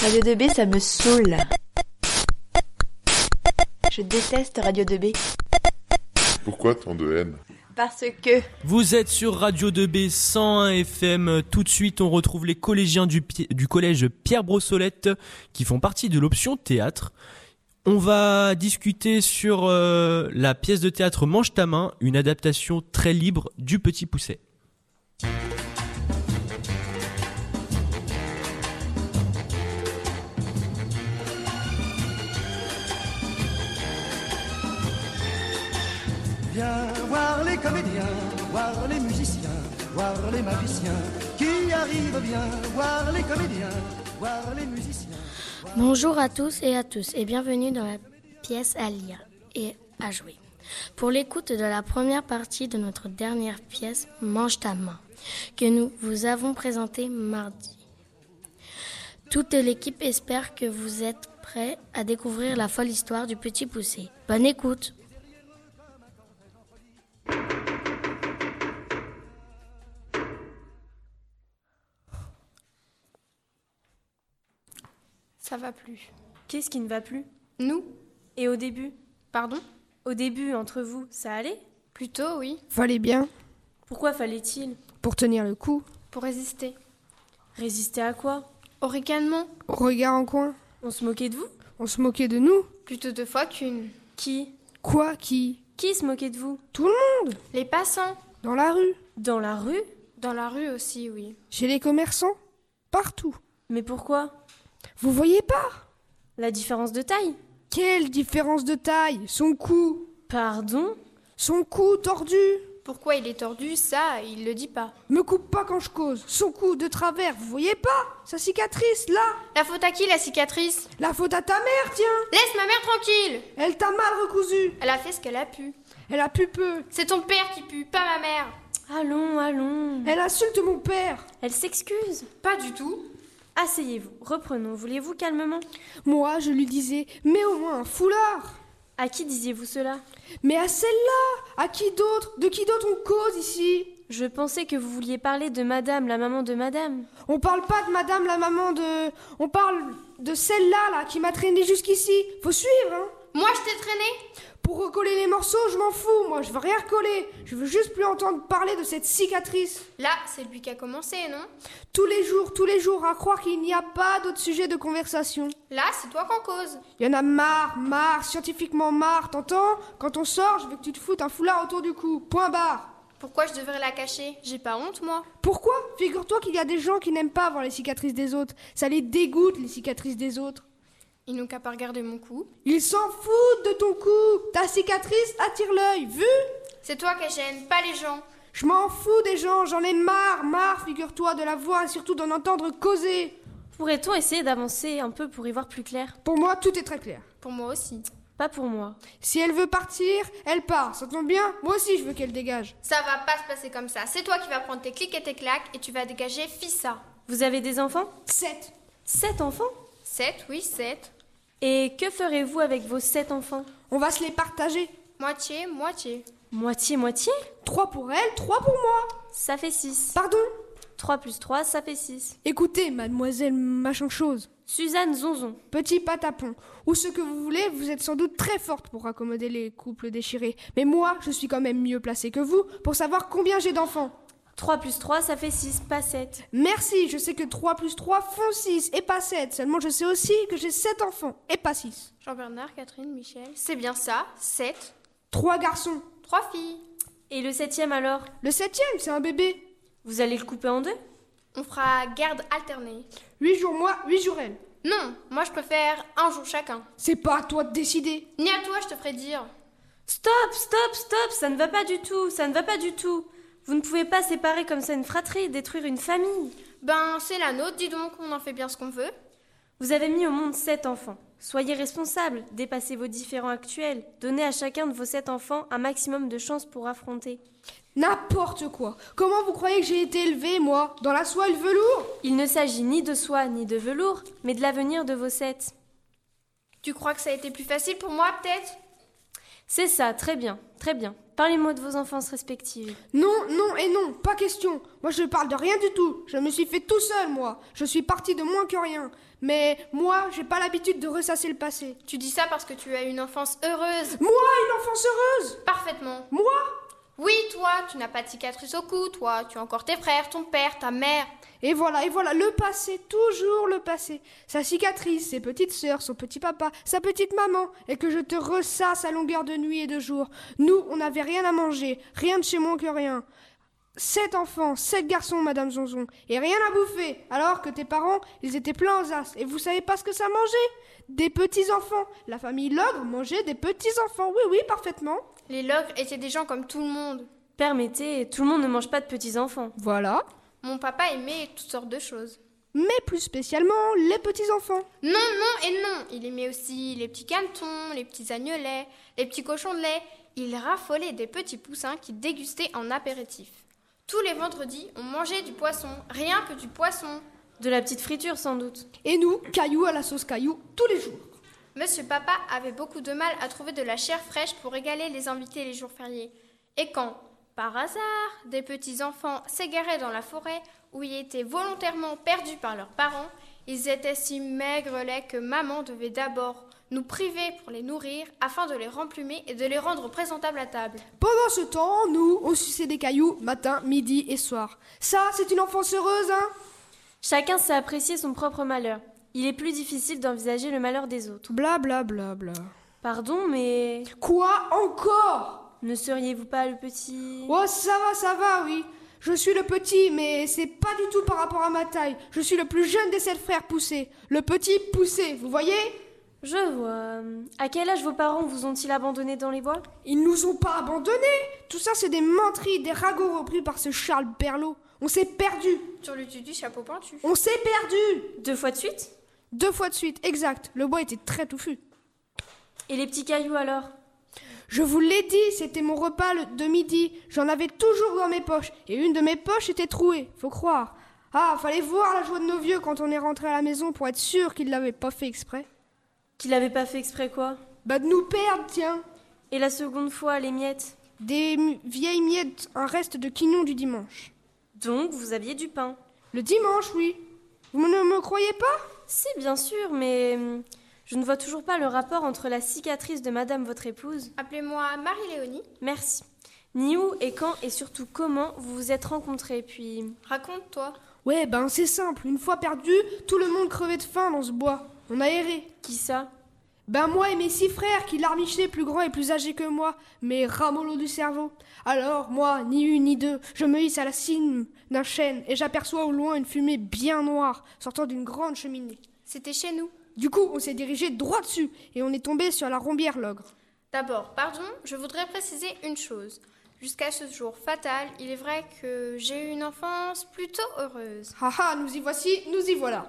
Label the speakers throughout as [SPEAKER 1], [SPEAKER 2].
[SPEAKER 1] Radio 2B, ça me saoule. Je déteste Radio 2B.
[SPEAKER 2] Pourquoi tant de haine
[SPEAKER 1] Parce que.
[SPEAKER 3] Vous êtes sur Radio 2B 101 FM. Tout de suite, on retrouve les collégiens du, pi- du collège Pierre Brossolette qui font partie de l'option théâtre. On va discuter sur euh, la pièce de théâtre Mange ta main, une adaptation très libre du Petit Pousset.
[SPEAKER 4] Viens voir les comédiens, voir les musiciens, voir les magiciens qui arrivent bien, voir les comédiens, voir les musiciens.
[SPEAKER 5] Bonjour à tous et à tous et bienvenue dans la pièce à lire et à jouer. Pour l'écoute de la première partie de notre dernière pièce Mange ta main que nous vous avons présentée mardi. Toute l'équipe espère que vous êtes prêts à découvrir la folle histoire du petit poussé. Bonne écoute
[SPEAKER 6] Ça va plus.
[SPEAKER 7] Qu'est-ce qui ne va plus
[SPEAKER 6] Nous
[SPEAKER 7] Et au début
[SPEAKER 6] Pardon
[SPEAKER 7] Au début, entre vous, ça allait
[SPEAKER 6] Plutôt, oui.
[SPEAKER 8] Fallait bien,
[SPEAKER 7] Pourquoi fallait-il
[SPEAKER 8] pour tenir le coup,
[SPEAKER 6] Pour résister.
[SPEAKER 7] Résister à quoi
[SPEAKER 6] Au ricanement
[SPEAKER 8] au regard en coin.
[SPEAKER 7] On se moquait de vous
[SPEAKER 8] On se moquait de nous
[SPEAKER 6] Plutôt deux fois qu'une.
[SPEAKER 7] Qui
[SPEAKER 8] Quoi qui
[SPEAKER 7] Qui se moquait de vous
[SPEAKER 6] Les passants
[SPEAKER 8] Dans la rue,
[SPEAKER 7] Dans la rue
[SPEAKER 6] Dans la rue aussi, oui.
[SPEAKER 8] chez les commerçants, partout.
[SPEAKER 7] Mais pourquoi
[SPEAKER 8] Vous voyez pas
[SPEAKER 7] La différence de taille
[SPEAKER 8] Quelle différence de taille Son cou
[SPEAKER 7] Pardon
[SPEAKER 8] Son cou tordu
[SPEAKER 6] Pourquoi il est tordu, ça, il le dit pas.
[SPEAKER 8] Me coupe pas quand je cause Son cou de travers, vous voyez pas Sa cicatrice, là
[SPEAKER 6] La faute à qui, la cicatrice
[SPEAKER 8] La faute à ta mère, tiens
[SPEAKER 6] Laisse ma mère tranquille
[SPEAKER 8] Elle t'a mal recousu
[SPEAKER 6] Elle a fait ce qu'elle a pu.
[SPEAKER 8] Elle a pu peu
[SPEAKER 6] C'est ton père qui pue, pas ma mère.
[SPEAKER 7] Allons, allons
[SPEAKER 8] Elle insulte mon père
[SPEAKER 7] Elle s'excuse
[SPEAKER 6] Pas du tout.
[SPEAKER 7] Asseyez-vous, reprenons, voulez-vous calmement
[SPEAKER 8] Moi, je lui disais, mais au moins un foulard
[SPEAKER 7] À qui disiez-vous cela
[SPEAKER 8] Mais à celle-là À qui d'autre De qui d'autre on cause ici
[SPEAKER 7] Je pensais que vous vouliez parler de madame, la maman de madame.
[SPEAKER 8] On parle pas de madame la maman de. On parle de celle-là, là, qui m'a traîné jusqu'ici. Faut suivre, hein.
[SPEAKER 6] Moi, je t'ai traîné
[SPEAKER 8] Pour recoller les morceaux, je m'en fous. Moi, je veux rien recoller. Je veux juste plus entendre parler de cette cicatrice.
[SPEAKER 6] Là, c'est lui qui a commencé, non
[SPEAKER 8] Tous les jours, tous les jours, à croire qu'il n'y a pas d'autre sujet de conversation.
[SPEAKER 6] Là, c'est toi qu'en cause.
[SPEAKER 8] Il y en a marre, marre, scientifiquement marre, t'entends Quand on sort, je veux que tu te foutes un foulard autour du cou. Point barre.
[SPEAKER 6] Pourquoi je devrais la cacher J'ai pas honte, moi.
[SPEAKER 8] Pourquoi Figure-toi qu'il y a des gens qui n'aiment pas voir les cicatrices des autres. Ça les dégoûte, les cicatrices des autres.
[SPEAKER 6] Ils n'ont qu'à pas regarder mon cou.
[SPEAKER 8] Ils s'en foutent de ton cou Ta cicatrice attire l'œil, vu
[SPEAKER 6] C'est toi que j'aime, pas les gens.
[SPEAKER 8] Je m'en fous des gens, j'en ai marre, marre, figure-toi, de la voix et surtout d'en entendre causer
[SPEAKER 7] Pourrait-on essayer d'avancer un peu pour y voir plus clair
[SPEAKER 8] Pour moi, tout est très clair.
[SPEAKER 6] Pour moi aussi.
[SPEAKER 7] Pas pour moi.
[SPEAKER 8] Si elle veut partir, elle part, ça tombe bien Moi aussi, je veux qu'elle dégage.
[SPEAKER 6] Ça va pas se passer comme ça. C'est toi qui vas prendre tes clics et tes claques et tu vas dégager Fissa.
[SPEAKER 7] Vous avez des enfants
[SPEAKER 8] 7.
[SPEAKER 7] Sept enfants
[SPEAKER 6] 7, oui, 7.
[SPEAKER 7] Et que ferez-vous avec vos sept enfants
[SPEAKER 8] On va se les partager.
[SPEAKER 6] Moitié, moitié.
[SPEAKER 7] Moitié-moitié
[SPEAKER 8] 3 pour elle, 3 pour moi
[SPEAKER 7] Ça fait 6.
[SPEAKER 8] Pardon
[SPEAKER 7] 3 plus 3, ça fait 6.
[SPEAKER 8] Écoutez, mademoiselle machin chose,
[SPEAKER 7] Suzanne Zonzon.
[SPEAKER 8] petit patapon, ou ce que vous voulez, vous êtes sans doute très forte pour accommoder les couples déchirés. Mais moi, je suis quand même mieux placée que vous pour savoir combien j'ai d'enfants.
[SPEAKER 7] 3 plus 3, ça fait 6, pas 7.
[SPEAKER 8] Merci, je sais que 3 plus 3 font 6 et pas 7. Seulement, je sais aussi que j'ai 7 enfants et pas 6.
[SPEAKER 6] Jean-Bernard, Catherine, Michel. C'est bien ça. 7.
[SPEAKER 8] 3 garçons.
[SPEAKER 6] 3 filles.
[SPEAKER 7] Et le septième alors
[SPEAKER 8] Le septième, c'est un bébé.
[SPEAKER 7] Vous allez le couper en deux
[SPEAKER 6] On fera garde alternée.
[SPEAKER 8] 8 jours moi, 8 jours elle.
[SPEAKER 6] Non, moi je préfère un jour chacun.
[SPEAKER 8] C'est pas à toi de décider.
[SPEAKER 6] Ni à toi, je te ferai dire.
[SPEAKER 7] Stop, stop, stop, ça ne va pas du tout, ça ne va pas du tout. Vous ne pouvez pas séparer comme ça une fratrie, détruire une famille.
[SPEAKER 6] Ben, c'est la nôtre, dis donc, on en fait bien ce qu'on veut.
[SPEAKER 7] Vous avez mis au monde sept enfants. Soyez responsables, dépassez vos différends actuels, donnez à chacun de vos sept enfants un maximum de chances pour affronter.
[SPEAKER 8] N'importe quoi. Comment vous croyez que j'ai été élevée, moi Dans la soie et le velours
[SPEAKER 7] Il ne s'agit ni de soie ni de velours, mais de l'avenir de vos sept.
[SPEAKER 6] Tu crois que ça a été plus facile pour moi, peut-être
[SPEAKER 7] C'est ça, très bien, Très bien. Parlez-moi de vos enfances respectives.
[SPEAKER 8] Non, non et non, pas question. Moi je parle de rien du tout. Je me suis fait tout seul, moi. Je suis parti de moins que rien. Mais moi, j'ai pas l'habitude de ressasser le passé.
[SPEAKER 6] Tu dis ça parce que tu as une enfance heureuse.
[SPEAKER 8] Moi, une enfance heureuse
[SPEAKER 6] Parfaitement.
[SPEAKER 8] Moi
[SPEAKER 6] Oui, toi, tu n'as pas de cicatrice au cou, toi, tu as encore tes frères, ton père, ta mère.
[SPEAKER 8] Et voilà, et voilà, le passé, toujours le passé. Sa cicatrice, ses petites sœurs, son petit papa, sa petite maman, et que je te ressasse à longueur de nuit et de jour. Nous, on n'avait rien à manger, rien de chez moi que rien. Sept enfants, sept garçons, Madame Zonzon, et rien à bouffer, alors que tes parents, ils étaient pleins aux as, et vous savez pas ce que ça mangeait Des petits-enfants. La famille Logre mangeait des petits-enfants, oui, oui, parfaitement.
[SPEAKER 6] Les logres étaient des gens comme tout le monde.
[SPEAKER 7] Permettez, tout le monde ne mange pas de petits-enfants.
[SPEAKER 8] Voilà.
[SPEAKER 6] Mon papa aimait toutes sortes de choses.
[SPEAKER 8] Mais plus spécialement, les petits-enfants.
[SPEAKER 6] Non, non et non. Il aimait aussi les petits canetons, les petits agnelets, les petits cochons de lait. Il raffolait des petits poussins qui dégustaient en apéritif. Tous les vendredis, on mangeait du poisson, rien que du poisson.
[SPEAKER 7] De la petite friture, sans doute.
[SPEAKER 8] Et nous, cailloux à la sauce caillou, tous les jours.
[SPEAKER 6] Monsieur Papa avait beaucoup de mal à trouver de la chair fraîche pour régaler les invités les jours fériés. Et quand, par hasard, des petits enfants s'égaraient dans la forêt où ils étaient volontairement perdus par leurs parents, ils étaient si maigres laids que maman devait d'abord nous priver pour les nourrir afin de les remplumer et de les rendre présentables à table.
[SPEAKER 8] Pendant ce temps, nous, on suçait des cailloux matin, midi et soir. Ça, c'est une enfance heureuse, hein
[SPEAKER 7] Chacun sait apprécier son propre malheur. Il est plus difficile d'envisager le malheur des autres.
[SPEAKER 8] Bla bla bla bla.
[SPEAKER 7] Pardon, mais
[SPEAKER 8] Quoi encore
[SPEAKER 7] ne seriez-vous pas le petit
[SPEAKER 8] Oh, ça va, ça va, oui. Je suis le petit, mais c'est pas du tout par rapport à ma taille. Je suis le plus jeune des sept frères poussés. Le petit poussé, vous voyez
[SPEAKER 7] Je vois. À quel âge vos parents vous ont-ils abandonné dans les bois
[SPEAKER 8] Ils nous ont pas abandonnés Tout ça, c'est des menteries, des ragots repris par ce Charles Berlot. On s'est perdu
[SPEAKER 6] Sur le du chapeau pentu.
[SPEAKER 8] On s'est perdu
[SPEAKER 7] Deux fois de suite
[SPEAKER 8] Deux fois de suite, exact. Le bois était très touffu.
[SPEAKER 7] Et les petits cailloux alors
[SPEAKER 8] Je vous l'ai dit, c'était mon repas le- de midi. J'en avais toujours dans mes poches. Et une de mes poches était trouée, faut croire. Ah, fallait voir la joie de nos vieux quand on est rentré à la maison pour être sûr qu'ils l'avaient pas fait exprès.
[SPEAKER 7] Qu'ils l'avaient pas fait exprès quoi
[SPEAKER 8] Bah de nous perdre, tiens.
[SPEAKER 7] Et la seconde fois, les miettes
[SPEAKER 8] Des mi- vieilles miettes, un reste de quignon du dimanche.
[SPEAKER 7] Donc, vous aviez du pain
[SPEAKER 8] Le dimanche, oui. Vous ne me croyez pas
[SPEAKER 7] Si, bien sûr, mais hum, je ne vois toujours pas le rapport entre la cicatrice de madame votre épouse.
[SPEAKER 6] Appelez-moi Marie-Léonie.
[SPEAKER 7] Merci. Ni où et quand et surtout comment vous vous êtes rencontrés, puis... hum,
[SPEAKER 6] Raconte-toi.
[SPEAKER 8] Ouais, ben c'est simple. Une fois perdu, tout le monde crevait de faim dans ce bois. On a erré.
[SPEAKER 7] Qui ça
[SPEAKER 8] Ben moi et mes six frères qui larmichaient plus grands et plus âgés que moi, mais ramollo du cerveau. Alors moi, ni une ni deux, je me hisse à la cime d'un chêne et j'aperçois au loin une fumée bien noire sortant d'une grande cheminée.
[SPEAKER 6] C'était chez nous.
[SPEAKER 8] Du coup, on s'est dirigé droit dessus et on est tombé sur la rombière logre.
[SPEAKER 6] D'abord, pardon, je voudrais préciser une chose. Jusqu'à ce jour fatal, il est vrai que j'ai eu une enfance plutôt heureuse.
[SPEAKER 8] Haha, Ah, nous y voici, nous y voilà.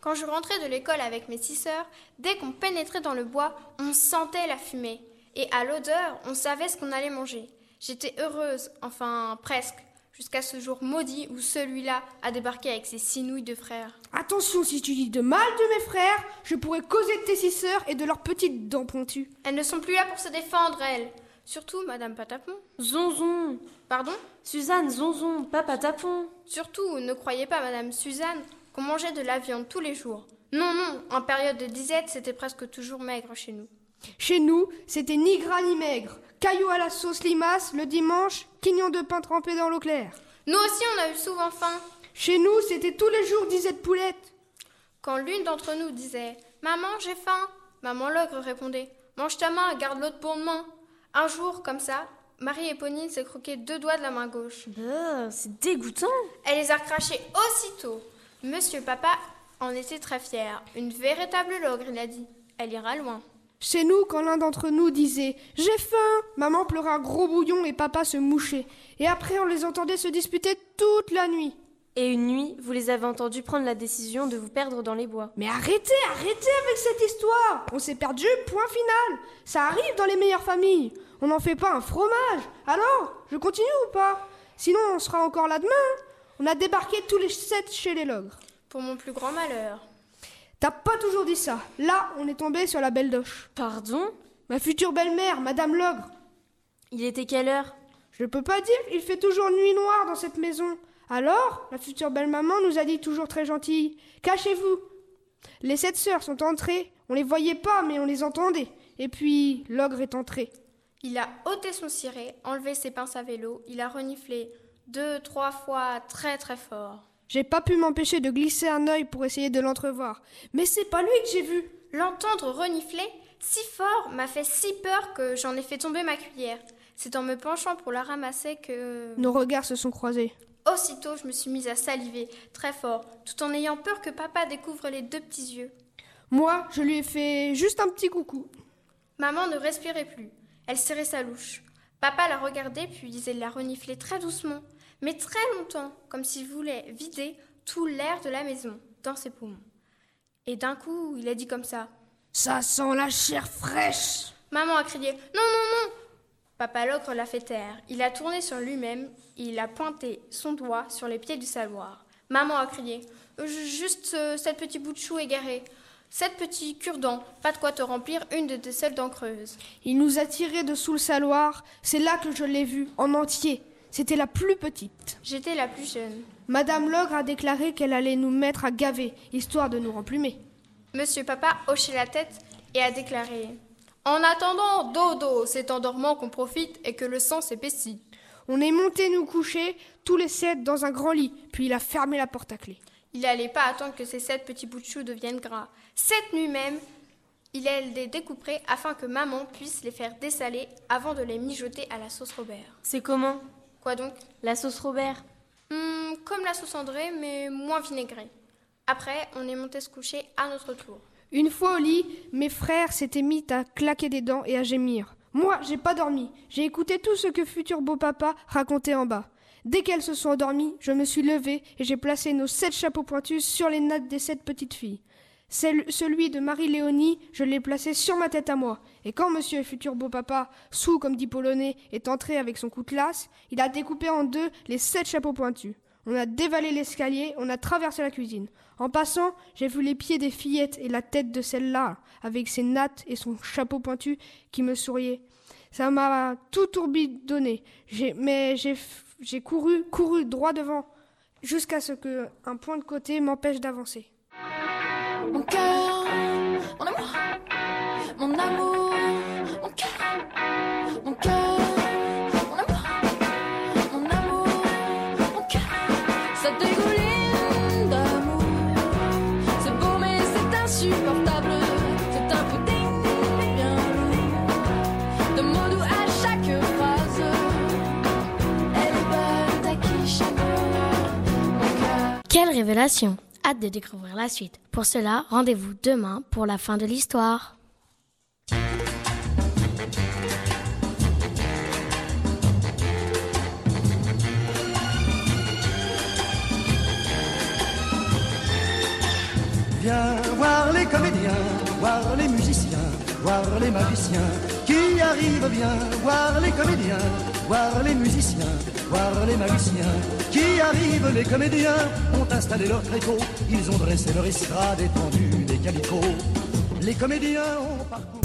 [SPEAKER 6] Quand je rentrais de l'école avec mes six sœurs, dès qu'on pénétrait dans le bois, on sentait la fumée. Et à l'odeur, on savait ce qu'on allait manger. J'étais heureuse, enfin presque, jusqu'à ce jour maudit où celui-là a débarqué avec ses six nouilles de frères.
[SPEAKER 8] Attention, si tu dis de mal de mes frères, je pourrais causer de tes six sœurs et de leurs petites dents pointues.
[SPEAKER 6] Elles ne sont plus là pour se défendre, elles. Surtout Madame Patapon.
[SPEAKER 7] Zonzon
[SPEAKER 6] Pardon
[SPEAKER 7] Suzanne, zonzon, papa tapon
[SPEAKER 6] Surtout, ne croyez pas, Madame Suzanne, qu'on mangeait de la viande tous les jours. Non, non, en période de disette, c'était presque toujours maigre chez nous.
[SPEAKER 8] Chez nous, c'était ni gras ni maigre. Cailloux à la sauce limace le dimanche, quignon de pain trempé dans l'eau claire.
[SPEAKER 6] Nous aussi, on a eu souvent faim.
[SPEAKER 8] Chez nous, c'était tous les jours disette poulette.
[SPEAKER 6] Quand l'une d'entre nous disait Maman, j'ai faim, Maman Logre répondait Mange ta main, garde l'autre pour demain. Un jour, comme ça, Marie Éponine s'est croquée deux doigts de la main gauche.
[SPEAKER 7] Bah, c'est dégoûtant
[SPEAKER 6] Elle les a recrachés aussitôt. Monsieur Papa en était très fier. Une véritable Logre, il a dit. Elle ira loin.
[SPEAKER 8] Chez nous, quand l'un d'entre nous disait J'ai faim, maman pleurait un gros bouillon et papa se mouchait. Et après, on les entendait se disputer toute la nuit.
[SPEAKER 7] Et une nuit, vous les avez entendus prendre la décision de vous perdre dans les bois.
[SPEAKER 8] Mais arrêtez, arrêtez avec cette histoire On s'est perdu, point final Ça arrive dans les meilleures familles On n'en fait pas un fromage Alors, je continue ou pas Sinon, on sera encore là demain On a débarqué tous les sept chez les logres.
[SPEAKER 6] Pour mon plus grand malheur.
[SPEAKER 8] T'as pas toujours dit ça. Là, on est tombé sur la belle doche.
[SPEAKER 7] Pardon
[SPEAKER 8] Ma future belle-mère, Madame Logre.
[SPEAKER 7] Il était quelle heure
[SPEAKER 8] Je peux pas dire, il fait toujours nuit noire dans cette maison. Alors, la future belle-maman nous a dit toujours très gentille Cachez-vous Les sept sœurs sont entrées, on les voyait pas, mais on les entendait. Et puis, l'ogre est entré.
[SPEAKER 6] Il a ôté son ciré, enlevé ses pinces à vélo, il a reniflé deux, trois fois très très fort.
[SPEAKER 8] J'ai pas pu m'empêcher de glisser un œil pour essayer de l'entrevoir. Mais c'est pas lui que j'ai vu
[SPEAKER 6] L'entendre renifler si fort m'a fait si peur que j'en ai fait tomber ma cuillère. C'est en me penchant pour la ramasser que...
[SPEAKER 8] Nos regards se sont croisés.
[SPEAKER 6] Aussitôt, je me suis mise à saliver, très fort, tout en ayant peur que papa découvre les deux petits yeux.
[SPEAKER 8] Moi, je lui ai fait juste un petit coucou.
[SPEAKER 6] Maman ne respirait plus. Elle serrait sa louche. Papa la regardait, puis il la reniflait très doucement, mais très longtemps, comme s'il voulait vider tout l'air de la maison dans ses poumons. Et d'un coup, il a dit comme ça.
[SPEAKER 8] Ça sent la chair fraîche
[SPEAKER 6] Maman a crié Non, non, non Papa l'ocre l'a fait taire. Il a tourné sur lui-même, il a pointé son doigt sur les pieds du saloir. Maman a crié Euh, ju- Juste euh, cette petite bout de chou égarée, cette petite cure-dent, pas de quoi te remplir une de tes selles dents creuses.
[SPEAKER 8] Il nous a tirés de sous le saloir. C'est là que je l'ai vu, en entier. C'était la plus petite.
[SPEAKER 6] J'étais la plus jeune.
[SPEAKER 8] Madame Logre a déclaré qu'elle allait nous mettre à gaver, histoire de nous remplumer.
[SPEAKER 6] Monsieur Papa hochait la tête et a déclaré En attendant, dodo, c'est en dormant qu'on profite et que le sang s'épaissit.
[SPEAKER 8] On est montés nous coucher, tous les sept dans un grand lit, puis il a fermé la porte à clé.
[SPEAKER 6] Il n'allait pas attendre que ces sept petits bouts de choux deviennent gras. Cette nuit même, il allait les découper afin que maman puisse les faire dessaler avant de les mijoter à la sauce Robert.
[SPEAKER 7] C'est comment
[SPEAKER 6] Quoi donc
[SPEAKER 7] La sauce Robert
[SPEAKER 6] Hum, Comme la sauce André, mais moins vinaigrée. Après, on est monté se coucher à notre tour.
[SPEAKER 8] Une fois au lit, mes frères s'étaient mis à claquer des dents et à gémir. Moi, j'ai pas dormi. J'ai écouté tout ce que futur beau-papa racontait en bas. Dès qu'elles se sont endormies, je me suis levée et j'ai placé nos sept chapeaux pointus sur les nattes des sept petites filles. Celle- celui de Marie-Léonie, je l'ai placé sur ma tête à moi. Et quand monsieur et futur beau-papa, sous comme dit Polonais, est entré avec son coutelas, il a découpé en deux les sept chapeaux pointus. On a dévalé l'escalier, on a traversé la cuisine. En passant, j'ai vu les pieds des fillettes et la tête de celle-là, avec ses nattes et son chapeau pointu qui me souriait. Ça m'a tout tourbidonné, J'ai- mais j'ai f- j'ai couru, couru droit devant, jusqu'à ce que un point de côté m'empêche d'avancer.
[SPEAKER 9] Mon cœur, mon amour, mon amour, mon cœur, mon cœur, mon amour, mon amour, mon cœur. Ça dégouline d'amour. C'est beau mais c'est insupportable. C'est un peu dingue mais bien lourd. De mots doux à chaque phrase. Elle est bonne, t'as qui mon cœur.
[SPEAKER 5] Quelle révélation Hâte de découvrir la suite. Pour cela, rendez-vous demain pour la fin de l'histoire.
[SPEAKER 4] Viens voir les comédiens, voir les musiciens, voir les magiciens qui arrivent bien. Voir les comédiens, voir les musiciens, voir les magiciens qui arrivent. Les comédiens ont installé leur tréteau, ils ont dressé leur estrade étendue des calicots. Les comédiens ont parcouru.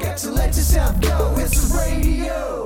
[SPEAKER 10] Got to let yourself go, it's radio.